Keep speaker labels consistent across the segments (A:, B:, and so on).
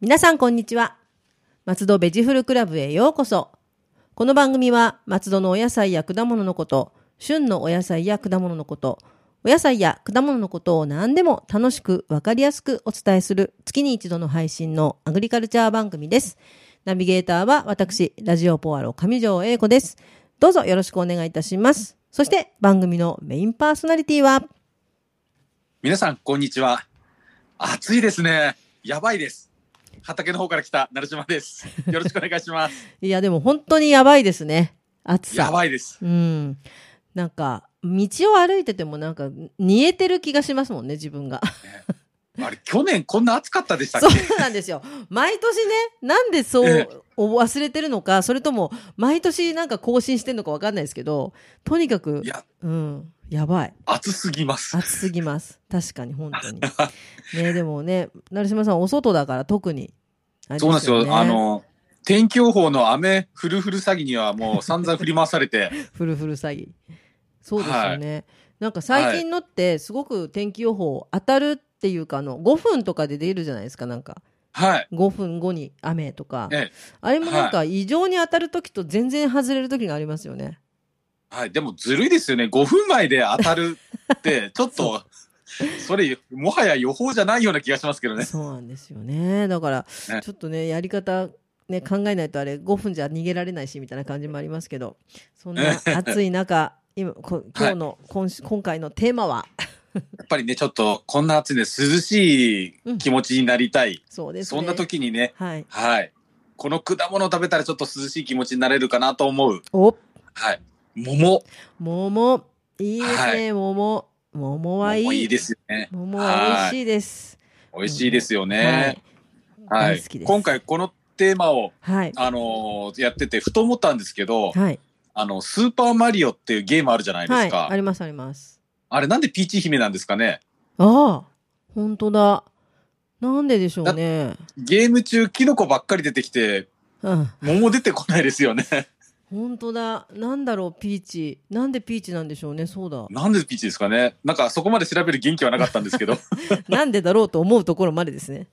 A: 皆さんこんにちは。松戸ベジフルクラブへようこそ。この番組は松戸のお野菜や果物のこと、旬のお野菜や果物のこと、お野菜や果物のことを何でも楽しくわかりやすくお伝えする月に一度の配信のアグリカルチャー番組です。ナビゲーターは私、ラジオポアロ上条英子です。どうぞよろしくお願いいたします。そして番組のメインパーソナリティは、
B: 皆さんこんにちは暑いですねやばいです畑の方から来た鳴島ですよろしくお願いします
A: いやでも本当にやばいですね。暑 さ。
B: やばいです
A: うん。なんか、道を歩いててもなんか、煮えてる気がしますもんね、自分が。
B: あれ去年こんな暑かったでしたっ
A: そ
B: け
A: うなんですよ。毎年ね、なんでそ
B: ええ
A: うお忘れてるのか、それとも、毎年なんか更新してんのかわかんないですけど、とにかく
B: い、や
A: うん、やばい。
B: 暑すぎます
A: 暑すぎます。確かに、本当 に。ね、でもね、成島さん、お外だから特に、あり
B: そうなん
A: ま
B: ですよ
A: ね
B: あ、の天気予報の雨フルフル詐欺にはもう散々振り回さ れて
A: フルフル詐欺そうですよね、なんか最近のってすごく天気予報当たるっていうかあの5分とかで出るじゃないですかなんか
B: はい
A: 5分後に雨とか、
B: ええ
A: あれもなんか異常に当たる時と全然外れる時がありますよね、
B: はいでもずるいですよね5分前で当たる ってちょっとそれもはや予報じゃないような気がしますけどね
A: そうなんですよねだから
B: ね
A: ちょっとねやり方ね、考えないとあれ5分じゃ逃げられないしみたいな感じもありますけどそんな暑い中今こ今日の、今週今回のテーマは
B: やっぱりねちょっとこんな暑いんで涼しい気持ちになりたい、
A: そうですね
B: そんな時にね
A: はい
B: はい。この果物を食べたらちょっと涼しい気持ちになれるかなと思う。
A: お
B: はい。桃。
A: 桃いいですね、桃桃はいい
B: 桃いいですよね。
A: 桃は美味しいです
B: 美味しいですよね。
A: はい
B: はい。
A: 大好きです
B: 今回このテーマを、
A: はい
B: あのーやっててふと思ったんですけど、
A: はい
B: あの、スーパーマリオっていうゲームあるじゃないで
A: は
B: す
A: い
B: か。
A: ありますあります
B: あれなんでピーチ姫なんですかね
A: ああ本当だなんででしょうね
B: ゲーム中キノコばっかり出てきて、
A: うん
B: 桃出てこないですよね。
A: 本当だなんだろうピーチなんでピーチなんでしょうねそうだ
B: なんでピーチですかねなんかそこまで調べる元気はなかったんで すけど。
A: なんでだろうと思うところまでです ね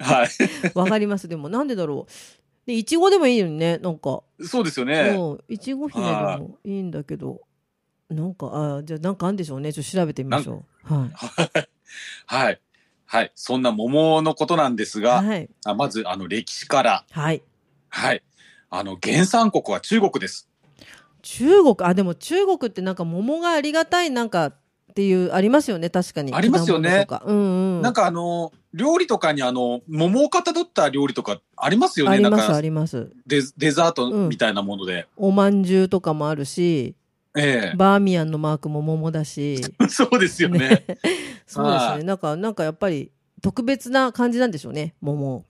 B: はい。
A: わかりますでもなんでだろうでいちごでもいいよねなんか
B: そうですよね。
A: うんいちご姫でもいいんだけどなんかああじゃあなんかあんでしょうねちょっと調べてみましょうはい
B: はい。はい。そんな桃のことなんですが、
A: はい
B: あまず、あの、歴史から。
A: はい
B: はい。あの、原産国は中国です。
A: 中国あでも中国ってなんか桃がありがたいなんかっていうありますよね確かに
B: ありますよね
A: 果物とかうんうん
B: なんかあの、料理とかにあの、桃をかたどった料理とかありますよ
A: あ
B: ね。
A: り
B: なん
A: ますあ
B: か
A: ります
B: デ、デザートみたいなもので。
A: おまんじゅうとかもあるし
B: え
A: バーミヤンのマークも桃だ し
B: えそうですよね。
A: そうです
B: は
A: ね
B: い
A: なんかなんかやっぱり特別な感じなんでしょうね桃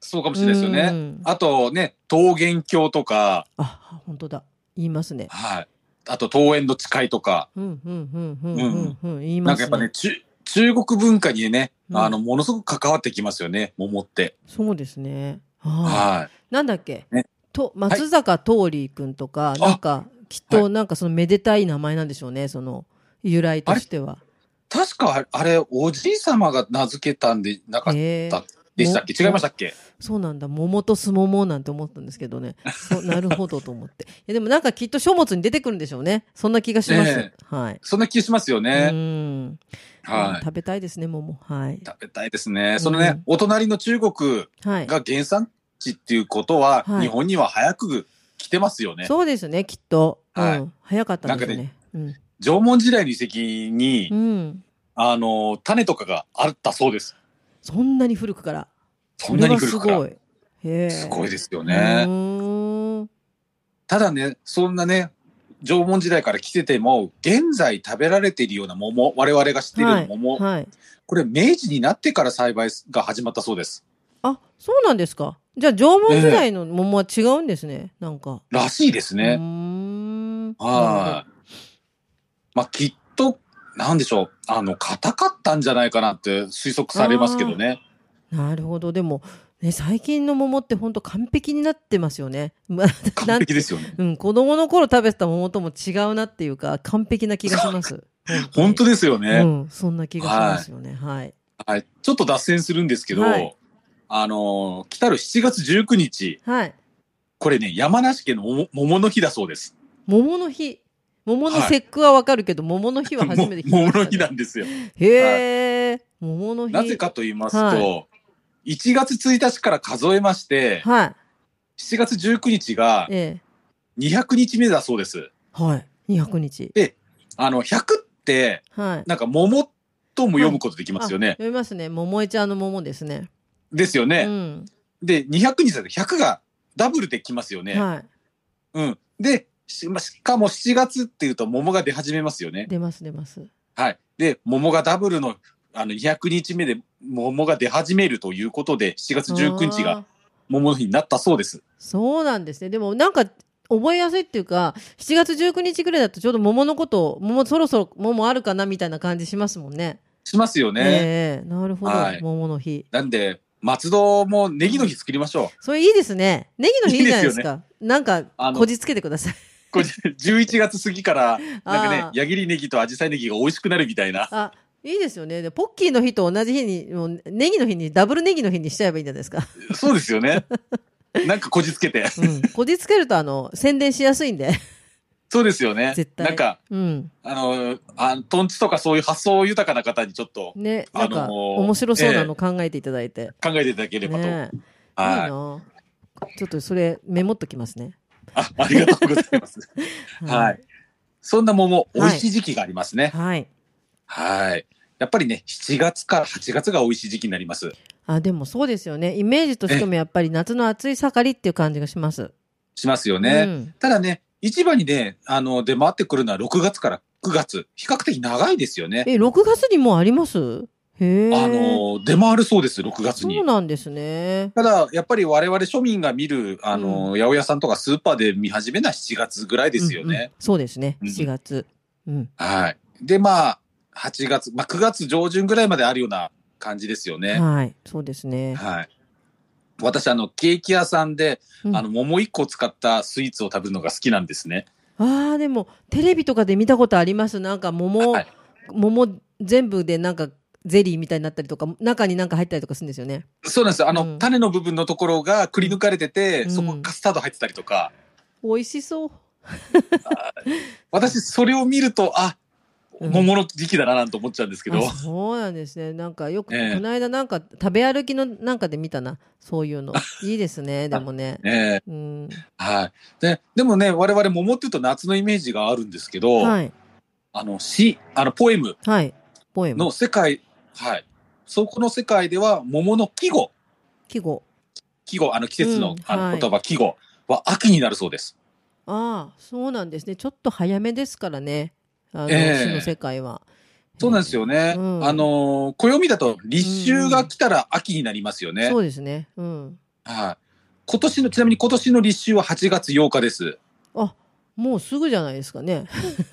B: そうかもしれないですよ
A: う
B: ね。
A: ん
B: あとね、桃源郷とか、
A: あ本当だ言いますね
B: はい。あと、桃園の誓いとか、
A: うんうんうんうんうんうん言い
B: な
A: ま
B: んかや
A: す
B: っぱね、
A: ね
B: 中、中国文化にね、
A: うん
B: あの、ものすごく関わってきますよね、桃って。
A: そうですねはい
B: はい。
A: なんだっけ、
B: ね
A: と松坂桃李君とか、なんかきっとなんかそのめでたい名前なんでしょうね、その由来としては。
B: 確かあれ、おじい様が名付けたんで、なかっ
A: えー
B: たでしたっけ、
A: も
B: 違いましたっけ
A: そうなんだ桃とすももなんて思ったんですけどねそうなるほどと思って いやでもなんかきっと書物に出てくるんでしょうねそんな気がします、
B: ね
A: はい、
B: そんな気がしますよ
A: う
B: ね。
A: ん、
B: はい。
A: 食べたいですね桃はい
B: 食べたいですね。そのね、お隣の中国
A: はい
B: が原産地っていうことは、
A: はい
B: 日本には早く来てますよね。
A: そうですねきっと、
B: はい
A: うん、早かったんですよね
B: 縄文時代の遺跡に、
A: うん、うん、
B: あの、種とかがあったそうです。
A: そんなに古くから
B: そんなに古くか
A: それは
B: ら。
A: すごいへえ
B: す
A: い
B: ごいですよ
A: う
B: ね。
A: ーん
B: ただね、そんなね、縄文時代から来てても、現在食べられているような桃、我々が知っている桃
A: はい。
B: これ明治になってから栽培が始まったそうです。
A: あ、そうなんですか。じゃあ縄文時代の桃は違うんですね。なんか。
B: らしいです
A: うー
B: ね。
A: ん。
B: はい。まあきっと、なんでしょう。あの、硬かったんじゃないかなって推測されますけどね。
A: い。なるほど。でも、ね、最近の桃って本当完璧になってますよね。 まあなん
B: 完璧ですよね。
A: うん、子供の頃食べてた桃とも違うなっていうか、完璧な気がします。
B: 本当ですよ
A: ね。う
B: ね。
A: ん、そんな気がしますよね。はい。
B: はい。ちょっと脱線するんですけど、
A: はい
B: あのー来たる7月19日、
A: はい。
B: これね、山梨県の桃桃の日だそうです。
A: 桃の日。桃の節句はわかるけど、桃の日は初めて聞きま した、ね。
B: も桃の日なんですよ。
A: へえ、桃の日。
B: なぜかと言いますと、
A: は
B: 1月1日から数えまして、
A: はい。
B: 7月19日が
A: ええ
B: 200日目だそうです。
A: はい。200日。
B: あの、100って、
A: はい。
B: なんか桃とも読むことできますよね。
A: あ読みますね。桃江ちゃんの桃ですね。
B: ですよ
A: う
B: ね。
A: ん。
B: で、200日だと100がダブルできますよね。
A: は
B: うん。で、しましかも7月っていうと桃が出始めますよ
A: い。
B: ね。
A: 出ます、出ます。
B: はい。で、桃がダブルの、あの、200日目で桃が出始めるということで、7月19日
A: あ
B: が
A: ー。
B: 桃の日になったそうです。
A: そうなんですね。でもなんか、覚えやすいっていうか、7月19日ぐらいだとちょうど桃のこと、桃、そろそろ桃あるかなみたいな感じしますもんね。
B: しますよね。
A: ええなるほど、
B: はい
A: 桃の日。
B: なんで、松戸もネギの日作りましょう。
A: それいいですね。ネギの日いいじゃないですか。なんか
B: あ、の
A: こじつけてください。
B: これ11月過ぎから、 なん
A: あ
B: か
A: ー
B: ね、矢切ネギと紫陽花ネギが美味しくなるみたいな。
A: あいいですよね。でポッキーの日と同じ日に、もうネギの日に、ダブルネギの日にしちゃえばいいんじゃないですか。
B: そうです よね。なんかこじつけて。
A: うん。こじつけると、あの、宣伝しやすいんで。
B: そうですよね。
A: 絶対
B: なんか、
A: うん。
B: あの、あトンチとかそういう発想豊かな方にちょっと
A: ね、なんか、
B: あのー
A: 面白そうなの考えていただいて。
B: 考えていただければと。
A: ねいい
B: はい。
A: な。ちょっとそれ、メモっときますね。
B: あありがとうござ います。はい。。そんな桃、美味しい時期がありますね。
A: はい。
B: はい。やっぱりね、7月から8月が美味しい時期になります。
A: あ、でもそうですよね。イメージとしてもやっぱり夏の暑い盛りっていう感じがします。
B: しますよね。
A: うん
B: ただね、市場にね、あの、出回ってくるのは6月から9月。比較的長いですよね。
A: え、6月にもうありますへえ。
B: あの、出回るそうです、6月
A: そう
B: に。
A: なんですね。
B: ただ、やっぱり我々庶民が見る、あの、八百屋さんとかスーパーで見始めのは7月ぐらいですよね。
A: うんうんそうですね。
B: うん
A: 7月。うん。
B: はい。で、まあ、8月、まあ、9月上旬ぐらいまであるような感じですよね。
A: はい。そうですね。
B: はい。私、あの、ケーキ屋さんで、
A: うん
B: あの、桃1個使ったスイーツを食べるのが好きなんですね。
A: ああ、でも、テレビとかで見たことあります。なんか桃、
B: はい
A: 桃全部でなんかゼリーみたいになったりとか、中になんか入ったりとかするんですよね。
B: そうなんですよ。あの、
A: うん
B: 種の部分のところがくり抜かれてて、
A: うん
B: そこカスタード入ってたりとか、
A: 美味しそう。
B: 私、それを見ると、あ、
A: うん
B: 桃の時期だななんて思っちゃうんですけど、
A: あそうなんですね。なんかよく、
B: ええ
A: この間なんか食べ歩きのなんかで見たな。そういう の。いいですね。でもね。
B: ねえ
A: うん。
B: はい。で、でもね、我々桃っていうと夏のイメージがあるんですけど、
A: はい。
B: あの、詩、あの、ポエム
A: はい。ポエム
B: の。世界、はい。そこの世界では桃の季語、
A: 季語。
B: 季語、あの季節
A: う
B: の
A: ん
B: あ
A: は
B: の
A: い
B: 言葉、季語は秋になるそうです。
A: ああ、そうなんですね。ちょっと早めですからね。あの、
B: ええ
A: 詩の世界は。
B: そうなんですよね。
A: うん
B: あのー、暦だと立秋が来たら秋になりますよね。
A: そうですね。うん。
B: はい。今年の、ちなみに今年の立秋は8月8日です。
A: あ、もうすぐじゃないですかね。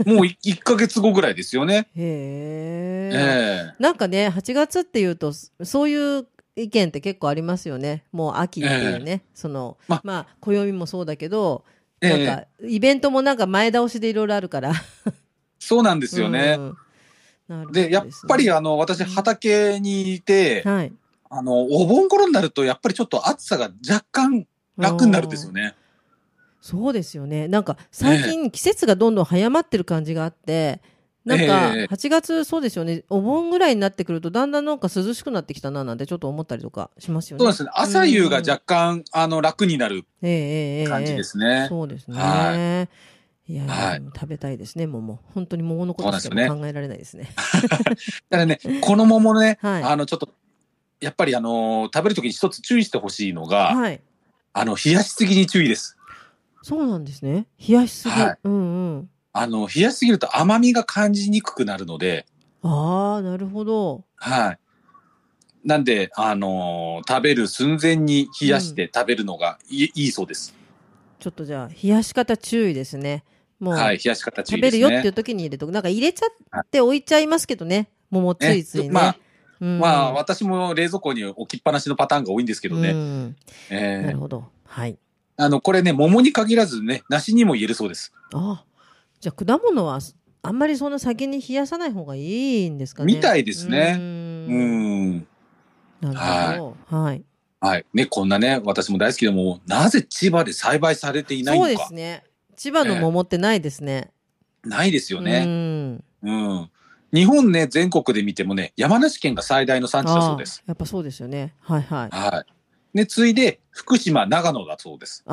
B: もうい 1ヶ月後ぐらいですよね。
A: へ
B: え
A: え。
B: え
A: なんかね、8月っていうと、そそういう意見って結構ありますよね。もう秋っていうね。その、ま
B: ま
A: あ、暦もそうだけど、
B: え
A: なん
B: え
A: か、イベントもなんか前倒しでいろいろあるから。で
B: そうなんですよね。で、やっぱり
A: は
B: あの、私畑にいて、
A: い。
B: あの、お盆頃になるとやっぱりちょっと暑さが若干楽になるんですよ
A: ね。
B: ね。
A: そうですよね。なんか、最近季節がどんどん早まってる感じがあって、なんか
B: ええ、
A: 8月、そうですよね。お盆ぐらいになってくると、だんだんなんか涼しくなってきたな、なんてちょっと思ったりとかしますよね。
B: そうですね。朝夕が若干、あの、楽になる
A: ええええええ
B: 感じですね。
A: そうですね。、
B: はい
A: やいや、
B: は
A: で
B: い
A: も食べたいですね、桃。本当に桃のことし
B: そうなんで
A: か
B: す
A: 考えられないです ね。
B: ただね、この桃ね、
A: はい
B: あの、ちょっと、やっぱりあのー食べるときに一つ注意してほしいのが、
A: はい。
B: あの、冷やしすぎに注意です。
A: そうなんですね。冷やしすぎ。
B: はい
A: うんうん。
B: あの、冷やしすぎると甘みが感じにくくなるので、
A: ああ、なるほど。
B: はい。なんで、あのー食べる寸前に冷やして食べるのがい,、いいそうです。
A: ちょっとじゃあ、冷やし方注意ですね。もう、
B: はい、冷やし方注
A: 食
B: 意
A: べ
B: で
A: る
B: す
A: よってい
B: ね
A: う。時に入れとく。なんか入れちゃって置いちゃいますけどね。桃ついついね。
B: ねまあ、
A: うん
B: まあ、私も冷蔵庫に置きっぱなしのパターンが多いんですけどね。
A: うん
B: え
A: な
B: ー
A: るほど。はい。
B: あの、これね、桃に限らずね、梨にも言えるそうです。
A: ああ。じゃあ、果物はあんまりそんな先に冷やさない方がいいんですかね。
B: みたいですね
A: うーん
B: う。ん。
A: なるほど。はい。
B: はい。ね、こんなね、私も大好きでも、なぜ千葉で栽培されていない
A: そう
B: の
A: で
B: か
A: す。ね。千葉の桃ってないですね。
B: ないですよ
A: う
B: ね。
A: ん。
B: うん。日本ね、全国で見てもね、山梨県が最大の産地だそう
A: ああ
B: です。、
A: やっぱそうですよね。はいはい。
B: はい。ね、次いで、福島、長野だそうです。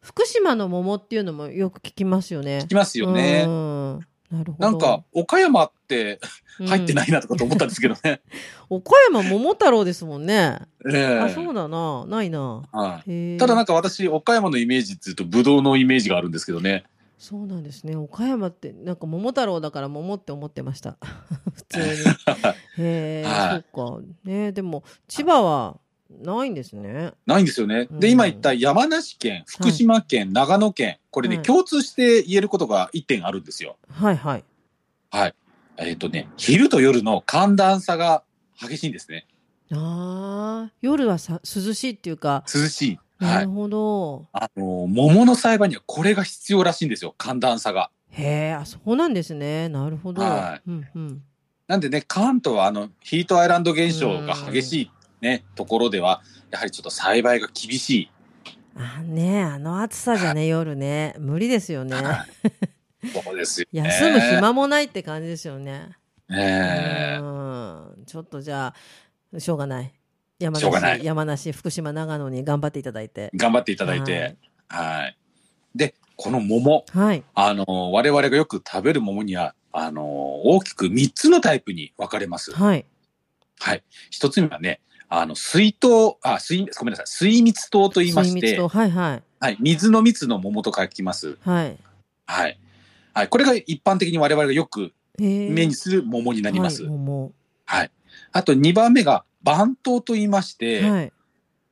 A: 福島の桃っていうのもよく聞きますよね。
B: 聞きますよね
A: う。んなるほど。
B: なんか、岡山って
A: うん、
B: 入ってないなとかと思ったんですけどね。
A: 岡山桃太郎ですもんね。
B: え え
A: あ、そうだな。ないな。
B: はい。
A: へえ
B: ただなんか私、岡山のイメージっていうと、ぶどうのイメージがあるんですけどね。
A: そうなんですね。岡山って、なんか桃太郎だから桃って思ってました。 普通に。 へえ、
B: はい
A: そうか。ねでも、千葉はないんですね。
B: ないんですよね。
A: う
B: で、
A: ん
B: 今言った山梨県、福島県、長野県、これね、
A: はい
B: 共通して言えることが1点あるんですよ。
A: はいはい。
B: はい。えっ、とね、昼と夜の寒暖差が激しいんですね。
A: ああ、夜はさ涼しいっていうか、
B: 涼しい。は
A: ないる。ほど。
B: あの、桃の栽培にはこれが必要らしいんですよ。寒暖差が。
A: へえ、あ、そうなんですね。なるほど。
B: は
A: うんうん。
B: なんでね、関東はあの、ヒートアイランド現象が激しいね、ところでは、やはりちょっと栽培が厳しい。
A: あねあの暑さじゃね、夜ね。無理ですよね。
B: そうですよ、ね。
A: 休む暇もないって感じですよね。
B: ねえ
A: うん。ちょっとじゃあ、しょうがない。山
B: しょうがな
A: 梨、
B: い
A: 山梨、福島、長野に頑張っていただいて。
B: 頑張っていただいて。はい。で、この桃、
A: はい。
B: あの、我々がよく食べる桃には、あの、大きく3つのタイプに分かれます。
A: はい。
B: はい。一つ目はね、あの、水糖、あ、水、ごめんなさい、水蜜糖と言いまし
A: 水蜜
B: て
A: と、、はいはい。
B: はい、水の蜜の桃と書きます。
A: はい。
B: はい。はい、これが一般的に我々がよく目
A: 目
B: にする桃になります。
A: はい、
B: はい。
A: 桃。
B: あと2番目が、番糖と言いまして、
A: はい。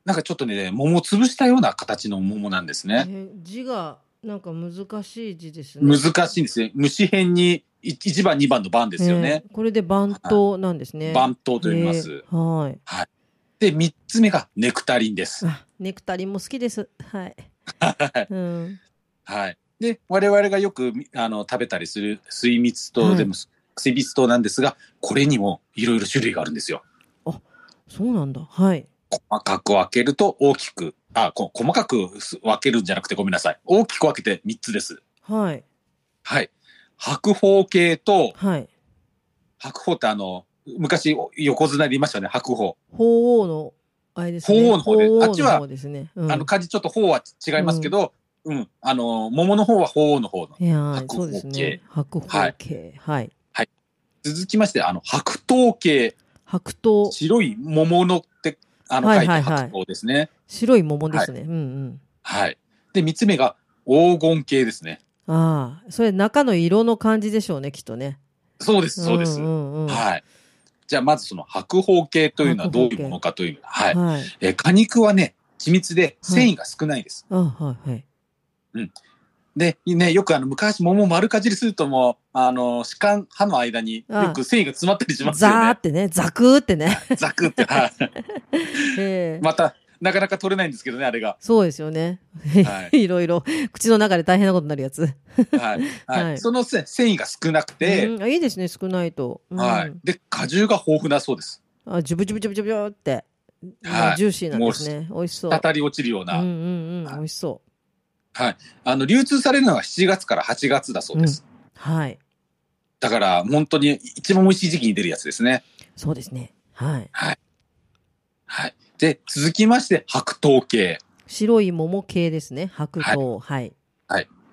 B: なんかちょっとね、桃を潰したような形の桃なんですね。
A: え字がなんか難しい字ですね。
B: 難しいんですね。虫辺に1番、2番の番ですよね。
A: えーこれで番頭なんですね。
B: 番糖と呼びます。
A: えーはい。
B: で、3つ目がネクタリンです。
A: あ、ネクタリンも好きです。はい。うん。
B: はい。で、我々がよくみあの食べたりする水蜜糖でも、水蜜糖なんですが、これにもいろいろ種類があるんですよ。
A: そうなんだ。はい。
B: 細かく分けると大きく、あ、こ細かくす分けるんじゃなくてごめんなさい。大きく分けて3つです。
A: はい。
B: はい。白鳳系と、
A: はい。
B: 白鳳ってあの、昔横綱で言いましたよね、白鳳。
A: 鳳凰の。あれですね。
B: 鳳凰の方で
A: 鳳凰
B: あっちは
A: 方ですね。うん
B: あの、漢字ちょっと鳳は違いますけど、うん、あの、桃の方は鳳凰の方の。
A: いやー
B: 白
A: そう
B: 鳳
A: ですね
B: 系。
A: 白鳳系。はい。
B: 続きまして、あの、白桃系、
A: 白桃。
B: 白い桃のって、あの、
A: はい
B: 書いて
A: はいはい
B: 白桃ですね。
A: 白い桃ですね。うん
B: はい。で、三つ目が黄金系ですね。
A: うん。ああ、それ中の色の感じでしょうね、きっとね。
B: そうです、そうです。
A: んうんうん
B: はい。じゃあ、まずその白鳳系というのはどういうものかという。はい。
A: はい。
B: えー果肉はね、緻密で繊維が少ないです。
A: あはいはい。
B: で、ね、よくあの、昔桃丸かじりするとも、あの、歯間、歯の間に
A: ああ
B: よく繊維が詰まったりします
A: ザ
B: よ
A: ー
B: ね
A: っ。てね、ザクーってね。
B: ザクって。 はい。
A: ええ
B: また、なかなか取れないんですけどね、あれが。
A: そうですよね。、
B: はい
A: ろいろ、口の中で大変なことになるやつ。
B: はい。はい。
A: はい
B: そのせ繊維が少なくて、
A: うんあいいですね、少ないと。うん
B: はい。で、果汁が豊富だそうです。
A: あ、ジュブジュブジュブジュブジュって、
B: はい
A: ジューシーなんですね。美味しそう。
B: たたり落ちるよう
A: うん
B: な。
A: うんうん、
B: はい
A: 美味しそう。
B: あの、流通されるのは7月から8月だそうです。
A: はい。
B: だから、本当に一番美味しい時期に出るやつですね。
A: そうですね。はい。
B: はい。で、続きまして、白桃系。
A: 白い桃系ですね。白桃。はい。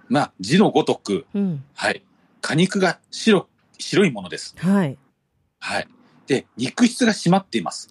B: まあ、字のごとく、
A: うん。
B: はい。果肉が白、白いものです。
A: はい。
B: はい。で、肉質が締まっています。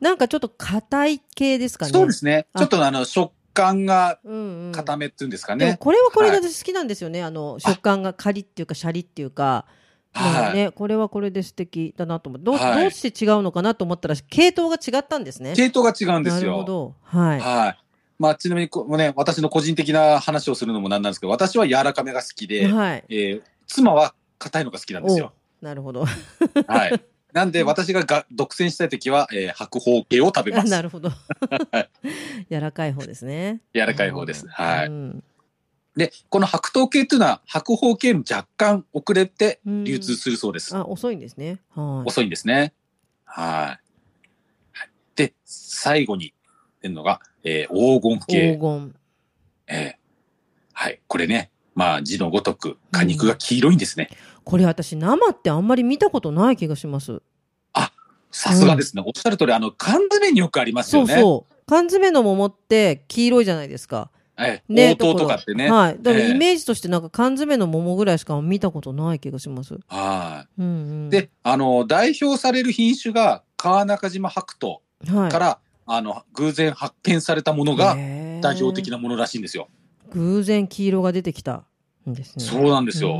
A: なんかちょっと硬い系ですかね。
B: そうで。すね。
A: あ
B: ちょっとあの、食感が
A: うんうん。
B: 固めっていうんですか
A: でも
B: ね。
A: これはこれで
B: は
A: 私好きなんですよね。あの、食感がカリっていうか、シャリっていうか。
B: は
A: もう
B: い。
A: ね、これはこれで素敵だなと思ってど,、う
B: はい
A: どうして違うのかなと思ったら系統が違ったんですね。
B: 系統が違うんです
A: なるほ
B: よ。
A: ど。はい。
B: はい。まあ、ちなみにこうね、私の個人的な話をするのもなんなんですけど、私は柔らかめが好きで、
A: はい。
B: えー妻は硬いのが好きなんですよ。
A: おなるほど。
B: はい。なんで、私がが独占したいときは、えー白鳳系を食べま
A: な
B: す。
A: るほど。柔らかい方ですね。
B: 柔らかい方です。は
A: う
B: い。
A: ん
B: で、この白桃系というのは白鳳系より若干遅れて
A: うん
B: 流通するそうです。
A: あ、遅いんですね。はい。
B: 遅いんですね。はい。はいで、最後に出るのが、えー黄金
A: 黄
B: 系。
A: 金。
B: えーはい。これね、まあ字のごとく果肉が黄色いんですね。
A: これ私生ってあんまり見たことない気がします。
B: さすがですね。おっしゃる通り、あの、缶詰によくあります
A: そ
B: よ
A: う
B: ね。
A: そう。缶詰の桃って黄色いじゃないですか。
B: ええ
A: ね
B: 応答とかってね。はい。
A: はい。だから
B: ええ
A: イメージとしてなんか缶詰の桃ぐらいしか見たことない気がします。うんうん。
B: で、あの、代表される品種が、川中島白桃
A: はい、
B: から、あの、偶然発見されたものが代表的
A: な。
B: なものらしいんですよ。
A: 偶然黄色が出てきたんですね。
B: そうなん
A: で
B: ですよ。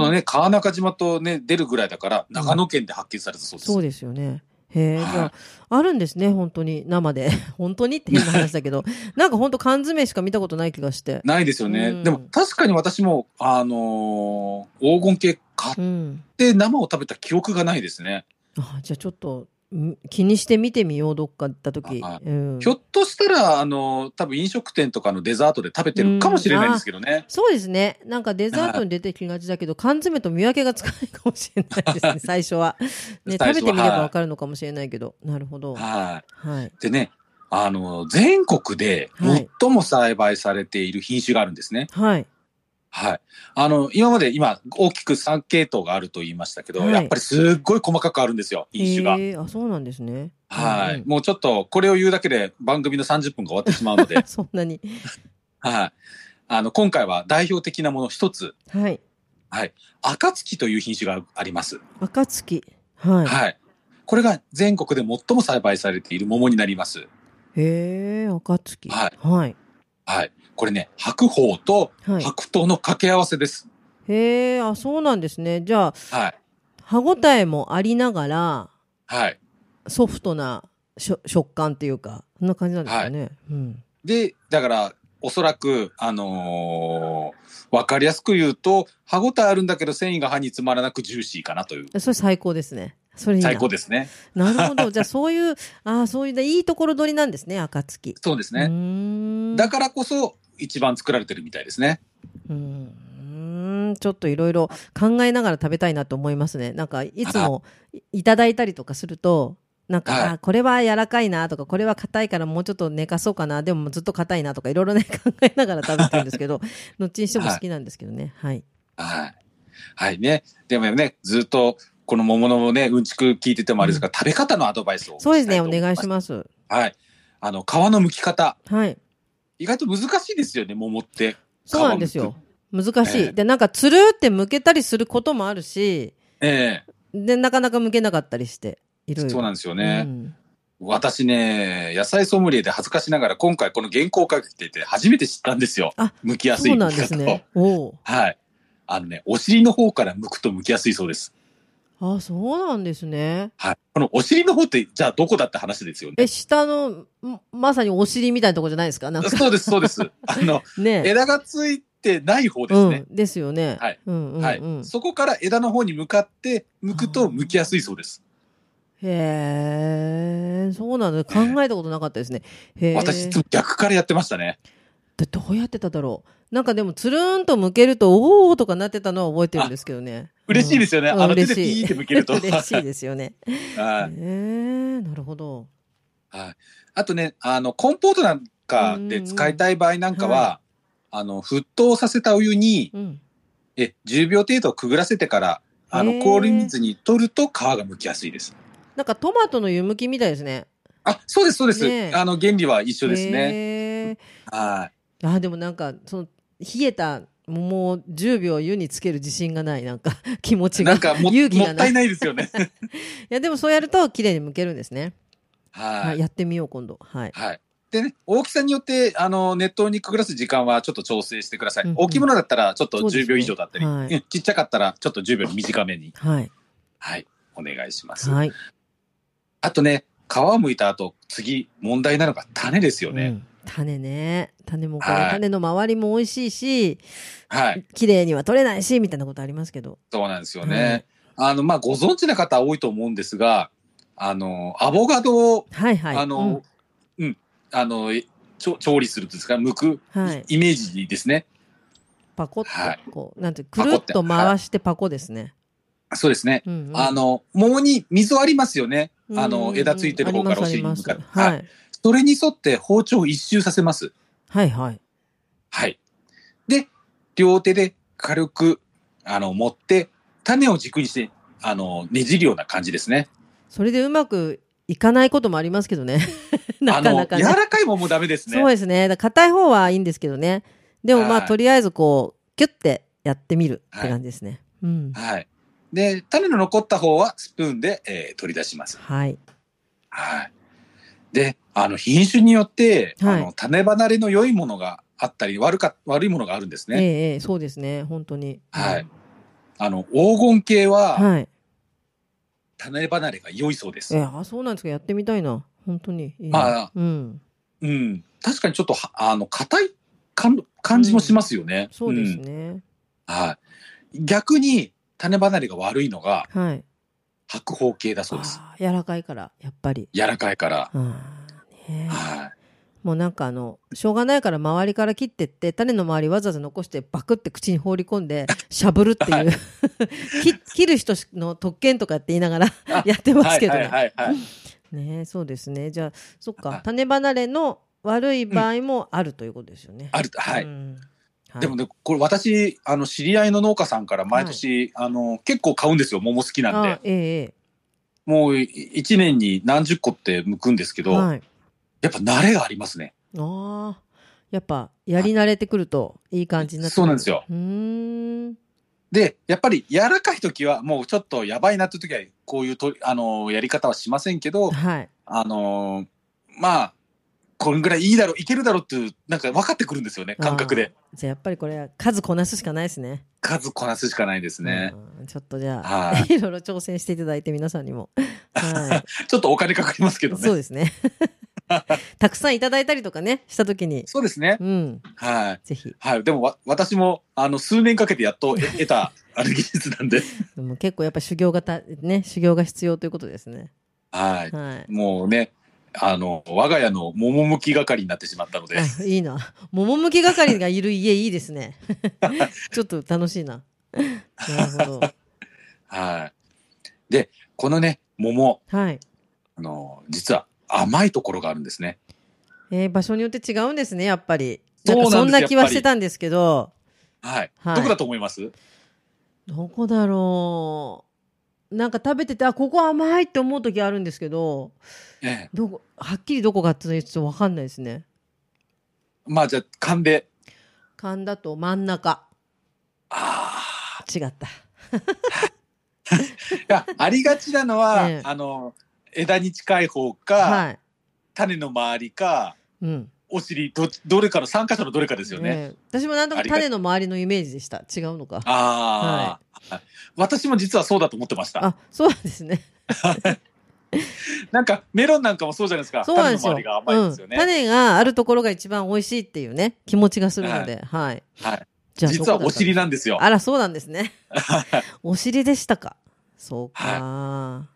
A: そ
B: のね、川中島とね、出るぐらいだから、長野県で発見されたそうです。
A: そうですよね。へえ、
B: はい
A: じゃあ、あるんですね、本当に、生で。 本当にって変な話だけ ど、なんか本当缶詰しか見たことない気がして。
B: ないですよね。
A: うん
B: でも、確かに私も、あのー黄金系買っ
A: うん。
B: て生を食べた記憶がないですね。
A: あじゃあちょっと、ん気にして見てみよう、どっか行った時。
B: あ
A: うん
B: ひょっとしたら、あの、多分飲食店とかのデザートで食べてるかもしれないんですけどね。
A: そうですね。なんかデザートに出てきがちだけど、缶詰と見分けがつかないかもしれないですね、最初は。ね、食
B: 最初は
A: べてみればわかるのかもしれないけど。なるほど。は
B: はい。
A: い。
B: でね、あの、全国で
A: はい
B: 最も栽培されている品種があるんですね。
A: はい。
B: はい。あの、今まで今、大きく3系統があると言いましたけど、
A: はい
B: やっぱりすっごい細かくあるんですよ、品種が。
A: へえあ、そうなんですね。
B: はい。
A: うん、
B: もうちょっと、これを言うだけで番組の30分が終わってしまうので
A: そんなに。
B: はい。あの、今回は代表的なもの一つ、
A: はい。
B: 暁という品種があります。
A: 暁。はい。
B: はい。これが全国で最も栽培されている桃になります。
A: へえ、暁。。
B: はい
A: はい。
B: はい。これね、白鳳と
A: はい。
B: 白桃の掛け合わせです。
A: へえ、あ、そうなんですね。じゃあ、
B: はい。
A: 歯ごたえもありながら、
B: はい。
A: ソフトなしょ食感っていうか、そんな感じなんですかね。うん。
B: で、だから、おそらく、あのーわかりやすく言うと、歯ごたえあるんだけど、繊維が歯に詰まらなくジューシーかなという。
A: それ最高ですね。それいいな。
B: 最高ですね。
A: なるほど。じゃあ、そういう、ああ、そういう、いいところ取りなんですね、暁。
B: そうです
A: う
B: ね。
A: ーん。
B: だからこそ、一番作られてるみたいですね。
A: うーん。ちょっといろいろ考えながら食べたいなと思いますね。なんか、いつもいいただいたりとかすると、なんか、
B: はい
A: あこれは柔らかいなとか、これは硬いからもうちょっと寝かそうかな、でもずっと硬いなとか、いろいろね、考えながら食べてるんですけ ど、後にしても好きなんですけどね。はい。
B: はい。はいね。でもね、ずっと、この桃のね、うんちく聞いててもあれですが、食べ方のアドバイスを。
A: そうですね、お願いし
B: ま
A: ます。
B: す。はい。あの、皮の剥き方。
A: はい。
B: 意外と難しいですよね、桃って。
A: そうなんですよ。難しい。
B: ええ
A: で、なんか、つるって向けたりすることもあるし、
B: ええ
A: で、なかなか向けなかったりして、いろいろ。
B: そうなん
A: で
B: ですよね、私ね、野菜ソムリエで恥ずかしながら、今回この原稿を書いてて初めて知ったんですよ
A: あ。
B: 剥きやすい
A: そうな
B: 剥
A: ん
B: き
A: です
B: 方を、
A: ね。おう
B: はい。あのね、お尻の方から剥くと剥きやすいそうです。
A: あ、そうなんですね。
B: はい。このお尻の方って、じゃあどこだって話ですよね。
A: え、下の、んまさにお尻みたいなとこじゃないですかなんか
B: そうです、そ うです。あの、
A: ね。
B: 枝がついてない方ですね
A: う。ん。ですよね。
B: はい。
A: うんうんうん。
B: はい、そこから枝の方に向かって剥くと剥きやすいそうです。
A: へえ、そうなの。考えたことなかったですね。へえ。
B: 私いつも逆からやってましたね。
A: だどうやってただろう。なんかでも、つるーんと向けると、おーとかなってたのは覚えてるんですけどね。
B: 嬉しいですよね。
A: うん
B: あの手
A: 嬉
B: でピ
A: しい
B: ーって剥けると。
A: 嬉しいですよね。へ
B: はい。
A: え、なるほど。
B: あとね、あの、コンポートなんかで使いたい場合なんかは、あの、沸騰させたお湯に、
A: うん。
B: え、10秒程度くぐらせてから、あ
A: へ
B: の、
A: ー
B: 氷水に取ると皮が剥きやすいです。
A: なんかトマトの湯むきみたいですね。
B: あ、そうです、そうです。
A: ねえ
B: あの、原理は一緒ですね。
A: ね。
B: はい。
A: あ、でもなんか、その、冷えた桃を10秒湯につける自信がない、なんか、 気持ちが。
B: なんかも、
A: 勇気
B: も
A: が
B: った
A: ない。
B: い
A: い
B: ないですよね。
A: や、でもそうやると、綺麗にむけるんですね。は。
B: はいい。
A: やってみよう、今度。はい。
B: はい。でね、大きさによって、あの、熱湯にくぐらす時間はちょっと調整してください。
A: うんうん
B: 大きいものだったら、ちょっと
A: そうですね
B: 10秒以上だったり、
A: はい
B: うんちっちゃかったら、ちょっと10秒短めに、
A: はい。
B: はい、お願いします。
A: はい。
B: あとね、皮を剥いた後、次、問題なのが種ですよ
A: う
B: ね。
A: ん種ね。種もこ
B: は
A: れ、
B: い
A: 種の周りも美味しいし、
B: はい。
A: 綺麗には取れないし、みたいなことありますけど。
B: そうなんですよね。あの、まあ、ご存知な方多いと思うんですが、あの、アボカドを、
A: はいはい。
B: あの、うん、あの、えちょ調理するとですか、剥く
A: うん、はい。
B: イメージですね。
A: パコッ
B: はい
A: と、こう、なんて、く
B: パコ
A: る
B: ッ
A: ってと回してパコですね。
B: そうですね。
A: うんうん
B: あの、桃に溝ありますよね。
A: うん
B: あの、枝ついてる方からお尻に向か
A: あり
B: う。
A: ますあります
B: はい。それに沿って包丁を一周させます。
A: はい。はいはい。
B: はい。で、両手で軽く、あの、持って、種を軸にして、あの、ねじるような感じですね。
A: それでうまくいかないこともありますけどね。 なかなか
B: あ
A: ね。
B: の、柔らかいももダメですね。
A: そうですね。だから硬い方はいいんですけどね。でもまあ、
B: はい
A: とりあえずこう、キュッてやってみるって
B: はい
A: 感じですね。うん。
B: はい。で、種の残った方はスプーンで、えー取り出します。
A: はい。
B: はい。で、あの、品種によって、
A: はい
B: あの、種離れの良いものがあったり、悪か、悪いものがあるんです
A: え
B: ね。
A: えええ、そうですね。本当に。
B: はい。あの、黄金系は、
A: はい。
B: 種離れが良いそうです。
A: えあ、そうなんですか。やってみたいな。本当にいいな。
B: まあ
A: うん。
B: うん。確かにちょっとは、あの、硬い感感じもしますよね。
A: そうです
B: ん
A: ね。
B: はい。逆に、種離れが悪いのが、
A: はい。
B: 白鳳系だそうです。
A: あー柔らかいから、やっぱり。
B: 柔らかいから。
A: あーね
B: はい。
A: もうなんかあの、しょうがないから周りから切ってって、種の周りわざわざ残してバクって口に放り込ん で、しゃぶるっていう、
B: はい
A: 切切る人の特権とかって言いながら やってますけどね。
B: はいはいはいはい。
A: ねえそうですね。じゃあ、そっ
B: は
A: か
B: い、
A: 種離れの悪い場合もあるということですよね。
B: ある、はい。
A: うんはい
B: でもね、これ私、あの、知り合いの農家さんから毎年、あの、結構買うんですよ、桃好きなん
A: あ
B: で。
A: ええ
B: もう、い一年に何十個って剥くんですけ
A: ええ
B: ど、
A: はい。
B: やっぱ慣れがありますね。
A: ああ、やっぱやり慣れてくるといい感じになってくる
B: そうなんですよ。
A: うーん。
B: で、やっぱり柔らかい時は、もうちょっとやばいなって時は、こういうと、あの、やり方はしませんけど、
A: はい。
B: あの、まあ、これぐらいいいだろう、いけるだろうっていう、なんか分かってくるんですよね、感覚で。
A: じゃあやっぱりこれは数こなすしかないですね。
B: 数こなすしかないですね。
A: うんちょっとじゃあ、、
B: はい
A: ろいろ挑戦していただいて皆さんに
B: 。
A: も。はい
B: ちょっとお金かかりますけ
A: い。
B: ど
A: そう
B: ね。
A: です ね。たくさんいただいたりとかね、したときに。
B: そうですね。
A: うん。
B: はい。
A: ぜひ。
B: はい、でもわ私もあの数年かけてやっと 得得たあの技術なんで、
A: でも結構やっぱ修行がた、ね、修行が必要ということですね。
B: はい、
A: はい。
B: もうね、あの我が家の桃むき係になってしまった ので、
A: あいいな。桃むき係がいる家いいですね。 ちょっと楽しいな。なるほど。
B: はい。で、このね、桃、
A: はい。
B: あの実は甘いところがあるんですね。
A: えー場所によって違うんですね、やっぱり。
B: そう
A: な
B: なんん
A: かそ
B: です
A: んな気
B: やっ
A: は
B: ぱ
A: し
B: り
A: てたんですけど、
B: はい。
A: はい
B: どこだと思います？
A: どこだろう。なんか食べてて、あ、ここ甘いって思う時あるんですけど、
B: ええ、
A: どこ、はっきりどこかっていうのはちょっとわかんないですね。
B: まあじゃあ勘で、
A: 勘だと真ん中。
B: あ
A: 違った。
B: あ、いやありがちなのは、
A: ええ
B: あの枝に近い方か、
A: はい。
B: 種の周りか、
A: うん。
B: お尻どどれかの三箇所のどれかですよね。
A: ええ私もなんとな
B: あ
A: く
B: りが
A: 種の周りのイメージでした。違うのか。
B: ああ、私も実はそうだと思ってました。
A: あ、そうなんですね。
B: なんかメロンなんかもそうじゃないですか。
A: そうなんです
B: 種の
A: よ。
B: 周りが甘いんです
A: う
B: よ
A: ん。
B: ね。
A: 種があるところが一番美味しいっていうね、気持ちがするので、はい。
B: はい。
A: じゃあどこ
B: 実
A: だっ
B: は
A: た
B: お
A: んだ
B: 尻なんですよ。
A: あら、そうなんです ね。お尻でしたか。そうか。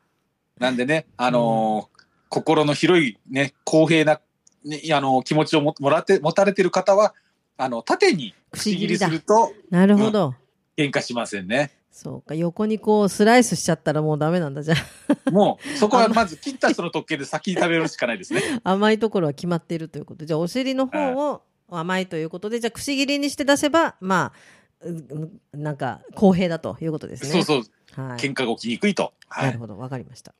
B: なんでね、あのー心の広いね、公平な、ね、あのー気持ちをももらって、持たれてる方は、あの、縦に
A: 串
B: 串
A: 切
B: 切
A: り
B: り
A: だ
B: すると
A: なるほど。
B: 喧嘩しませんね。
A: そうか。横にこうスライスしちゃったらもうダメなんだ。じゃ
B: もう、そこはまず切った人の特権で先に食べるしかないですね。
A: あ、 甘いところは決まっているということ。じゃあ、お尻の方を甘いということで、じゃあ、くし切りにして出せば、まあ、うんなんか、公平だということですね。
B: そうそう、
A: はい。
B: 喧嘩が起きにくいと。は
A: ないる。ほど。わかりました。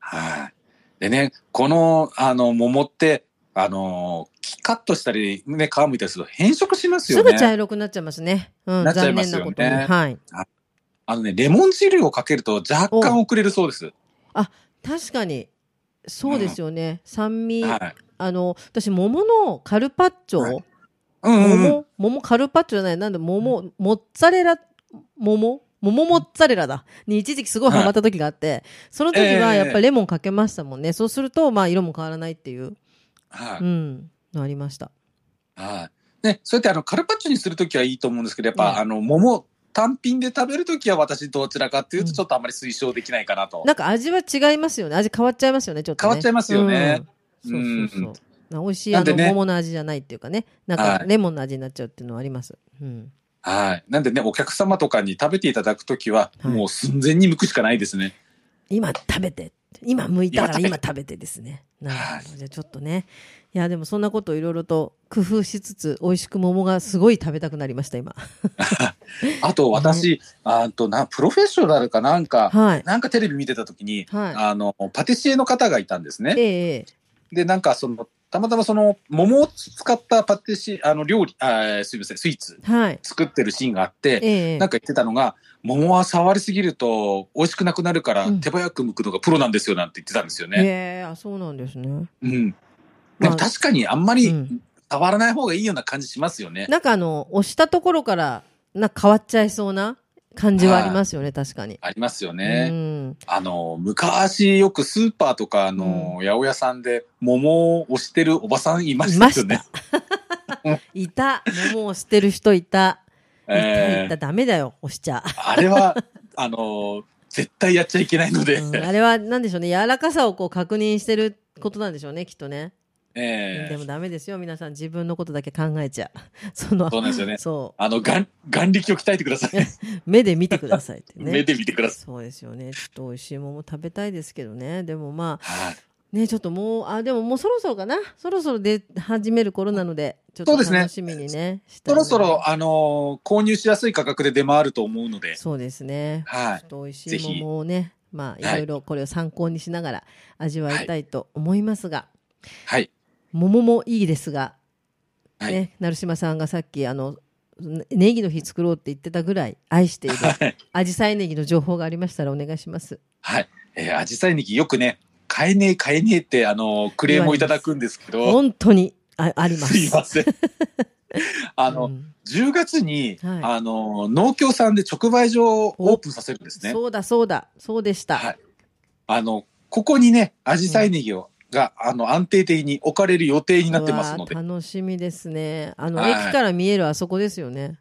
B: はい。でね、この、あの、桃って、あの、カットしたり、ね、皮むいたりすると変色します
A: す
B: よね。
A: ぐ茶色くなっちゃいますね。うん、
B: なっちゃ
A: 残
B: いま
A: 念
B: す
A: な
B: よ
A: こ
B: ね
A: とに。はい。
B: あのね、レモン汁をかけると若干遅れるそうです。
A: 確かに、そうですよね。酸味、
B: はい。
A: あの、私、桃のカルパッチョ、
B: はいうんうんうん。
A: 桃、桃カルパッチョじゃない、なんで桃、モッツァレラ、桃桃モッツァレラだ。に一時期すごいハマった時があって、その時は
B: ええ
A: やっぱりレモンかけましたもんね。そうすると、まあ色も変わらないっていう、
B: は
A: う
B: い。
A: ん、のありました。
B: はい。ね、そうやってあの、カルパッチョにするときはいいと思うんですけど、やっぱ、
A: うん
B: あの、桃単品で食べるときは私どちらかっていう
A: う
B: と
A: ん
B: ちょっとあまり推奨できないかなと。
A: なんか味は違いますよね。味変わっちゃいますよね、ちょっと、ね。
B: 変わっちゃいますよね。
A: うん。そうそうそううんな美味しい
B: な
A: あ
B: んで
A: の
B: ね
A: 桃の味じゃないっていうかね。なん
B: は
A: か
B: い
A: レモンの味になっちゃうっていうのはあります。うん。
B: はい。なんでね、お客様とかに食べていただくときは、
A: はい
B: もう寸前に剥くしかないですね。
A: 今食べて。今剥いたから今
B: 今
A: 食べてですね。なる
B: はい
A: ほど。じゃあちょっとね。いや、でもそんなことをいろいろと工夫しつつ、美味しく桃がすごい食べたくなりました、今。
B: あと私、あとな、プロフェッショナルかなんか、
A: はい。
B: なんかテレビ見てたときに、
A: は
B: あの、パティシエの方がいたんです
A: い。
B: ね。
A: ええ
B: で、なんかその、たまたまその、桃を使ったパティシエ、あの、料理、あーすいません、スイーツ
A: はい。
B: 作ってるシーンがあって、
A: ええ
B: なんか言ってたのが、桃は触りすぎると美味しくなくなるから
A: うん
B: 手早く剥くのがプロなんですよなんて言ってたんですよね。
A: ええあ、そうなんですね。
B: うん。
A: ま
B: で
A: あ
B: も確かにあんま
A: う
B: り
A: ん
B: 触らない方がいいような感じしますよね。
A: なんかあの、押したところから、なんか変わっちゃいそうな感じはありますよね、確かに。
B: ありますよ
A: う
B: ね。
A: ん。
B: あの、昔よくスーパーとか、あの、八百屋さんで桃を押してるおばさんいましたよね。
A: いた。桃を押してる人い た。いた、
B: え
A: い
B: ー
A: た。ダメだよ、押しちゃ。
B: あれは、あの、絶対やっちゃいけないので、
A: うんあれは、なんでしょうね。柔らかさをこう確認してることなんでしょうね、きっとね。
B: え
A: で
B: ー
A: もダメですよ、皆さん。自分のことだけ考えちゃう。 その、
B: そうなんですよね。
A: そ
B: あの、眼眼力を鍛えてください。
A: う。目で見てくださいってね。
B: 目で見てください。
A: そうですよね。ちょっと美味しい桃食べたいですけどね。でもまあ、
B: はい
A: ね、ちょっともう、あ、でももうそろそろかな。そろそろ出始める頃なので、ちょっと
B: そうですね
A: 楽しみにね。したい
B: そ
A: な
B: ろそろ、あの購入しやすい価格で出回ると思うので、
A: そうですね。
B: はい
A: ちょっと美味し
B: ぜ
A: い
B: ひ
A: 桃をね、まあ、い
B: は
A: ろ
B: い
A: いろこれを参考にしながら味わいたいと思いますが、
B: はい。
A: 桃もいいですが、
B: はい
A: ね、成島さんがさっき、あの、ネギの日作ろうって言ってたぐらい愛している
B: はい。
A: 紫陽花ネギの情報がありましたらお願いします。
B: はい。えー、アジサイネギよくね、買えねえ買えねえって、あのクレームをいただくんですけど、
A: 本当にああります。
B: すい ません。あの、
A: うん
B: 10月に、
A: はい
B: あの農協さんで直売所をオープンさせるんですね。
A: そうだそうだ、そうでした。
B: はいあの、ここにね、アジサイネギを、が、あの、安定的に置かれる予定になってますので
A: うわ、ー楽しみですね。あの、
B: はい
A: 駅から見えるあそこですよね。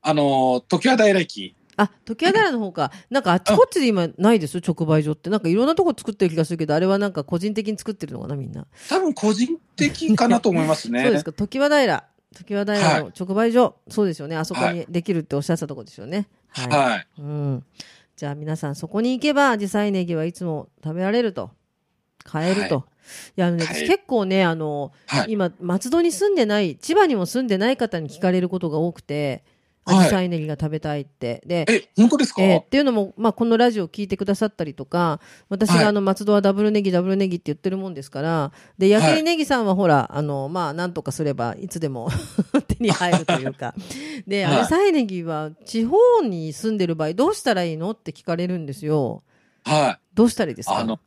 B: あの、時は平駅、
A: あ、時矢平の方か。なんかあっちこっちで今ないですよ、直売所って。なんかいろんなとこ作ってる気がするけど、あれはなんか個人的に作ってるのかな、みんな。
B: 多分個人的かなと思いますね。
A: そうですか、時矢平。時矢平の
B: は
A: 直売所、そうですよね。あそこ
B: は
A: にできるっておっしゃってたとこですよね。はい。
B: はい。
A: うん。じゃあ皆さんそこに行けば、アジサイネギはいつも食べられると。買えると。い、や、あのね、
B: はい
A: 私結構ね、あの、
B: はい。
A: 今、松戸に住んでない、千葉にも住んでない方に聞かれることが多くて、
B: はい
A: アジサイネギが食べたいって。で、
B: え、本当ですか、
A: えーっていうのも、まあ、このラジオを聞いてくださったりとか、私
B: はい
A: があの、松戸はダブルネギ、ダブルネギって言ってるもんですから、で、焼きネギさんはほら、あの、まあ、なんとかすれば、いつでも 手に入るというか。で、
B: はい
A: アジサイネギは地方に住んでる場合、どうしたらいいのって聞かれるんですよ。
B: はい。
A: どうしたらいいですか
B: あの、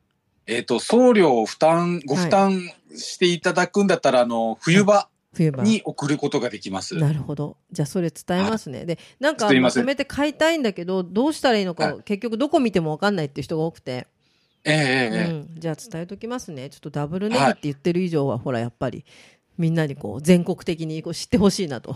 B: えっ、と、送料を負担、ご負担していただくんだったら、あの、冬場
A: 冬場。
B: に送ることができます。
A: なるほど。じゃあ、それ伝えますね。で、なんか、
B: すいま
A: ま
B: せ
A: と
B: ん
A: めて買いたいんだけど、どうしたらいいのか、
B: は
A: 結局どこ見てもわかんないっていう人が多くて。
B: ええええええ
A: うん、じゃあ伝えときますねちょっとダブルネギって言ってる以上は、ほらやっぱりみんなにこう全国的にこう知ってほしいなと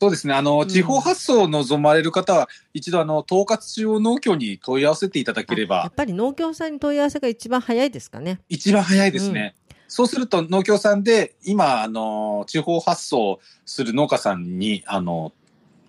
B: そうですね。あの、
A: ん
B: 地方発送を望まれる方は、一度、あの、統括中央農協に問い合わせていただけれ
A: や
B: ば
A: っ、ぱり農協さんに問い合わせが一番早いですかね
B: 一番早いですね。そうすると、農協さんで、今、あの、地方発送する農家さんに、あの、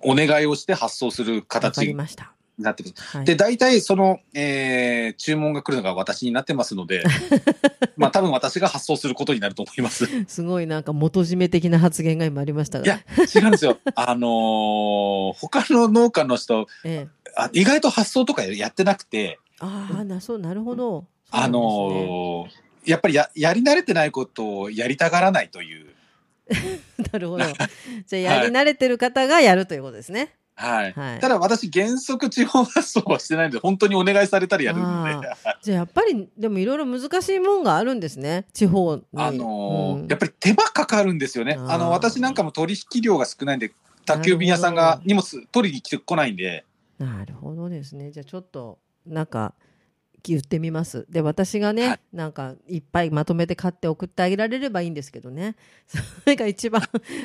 B: お願いをして発送する
A: わか
B: 形
A: り
B: に
A: ました、
B: なってます。
A: はい、
B: で、大体、その、えー注文が来るのが私になってますので、 まあ、多分私が発送することになると思います。
A: すごいなんか元締め的な発言が今ありましたが
B: いや、違うんですよ。あのー他の農家の人、
A: ええ、
B: あ意外と発送とかやってなくて、
A: ああなそうなるほどそうな
B: あ
A: んですね
B: のーやっぱりややり慣れてないことをやりたがらないという、
A: なるほどじゃあやり慣れてる方がやるということですね、
B: はい。
A: はい
B: ただ私、原則地方発送はしてないので、本当にお願いされたらやるんで、
A: あ
B: あ、
A: じゃあやっぱりでもいろいろ難しいもんがあるんですね地方に
B: のー
A: うん
B: やっぱり手間かかるんですよね。
A: あー
B: あの、私なんかも取引量が少ないんで、宅急便屋さん
A: なる
B: が
A: ほど
B: 荷物取りに来てこないんで、
A: なるほどですね。じゃあちょっとなんか言ってみます。で私がね、
B: はい
A: なんかいっぱいまとめて買って送ってあげられればいいん ですけどね。それが一番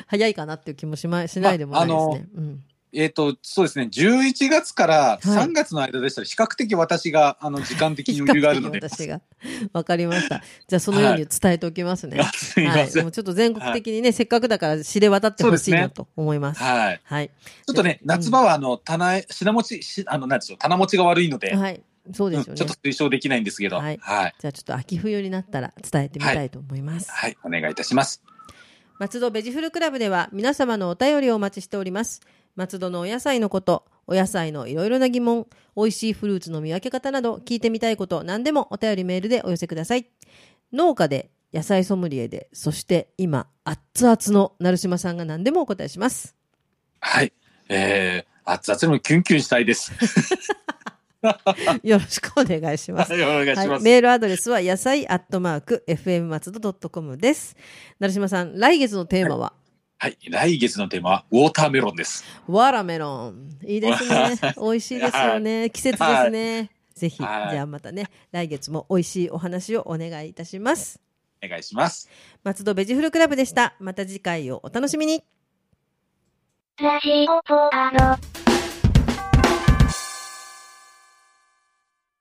A: 早いかなっていう気もしましないでもないですね。うん
B: えっ、と、そうですね、11月から
A: い
B: 3月の間でしたら、比較的私が、あの、時間的に
A: 比較
B: 余裕がある
A: 的
B: の
A: に
B: で。
A: 私が。 わかりました。じゃあそのように伝えておきますね。
B: あ すみま
A: はい。
B: せん。
A: もうちょっと全国的にね、せっかくだから知れ渡ってほしいなと思います。はい。
B: はい。
A: はい。
B: ちょっとね、
A: うん
B: 夏場は、あの、棚、品持ち、しあの、なんでしょう、棚持ちが悪いので、
A: そう
B: う
A: で
B: ん
A: す
B: ち
A: よ
B: ょっ
A: ね
B: と。推奨できないんですけど、
A: は
B: はいい。はい、
A: じゃあちょっと秋冬になったら伝えてみたいと思います。
B: お願いいたします。
A: 松戸ベジフルクラブでは皆様のお便りをお待ちしております。松戸のお野菜のこと、お野菜のいろいろな疑問、美味しいフルーツの見分け方など聞いてみたいこと何でもお便りメールでお寄せください。農家で、野菜ソムリエで、そして今、熱々の成島さんが何でもお答えします。
B: はい。えー、熱々のキュンキュンしたい です。
A: よろしくお願いします
B: は。い、お願いします。
A: はい、メールアドレスは野菜アットマーク FM 松戸 .com です。成島さん、来月のテーマは、
B: はい、来月のテーマはウォーターメロンです。
A: わらメロン。いいですね。美味しいですよね。季節ですね。ぜひ、じ
B: はい
A: ゃあまたね、来月も美味しいお話をお願いいたします。
B: お願いします。
A: 松戸ベジフルクラブでした。また次回をお楽しみに。
C: ラジオポアド。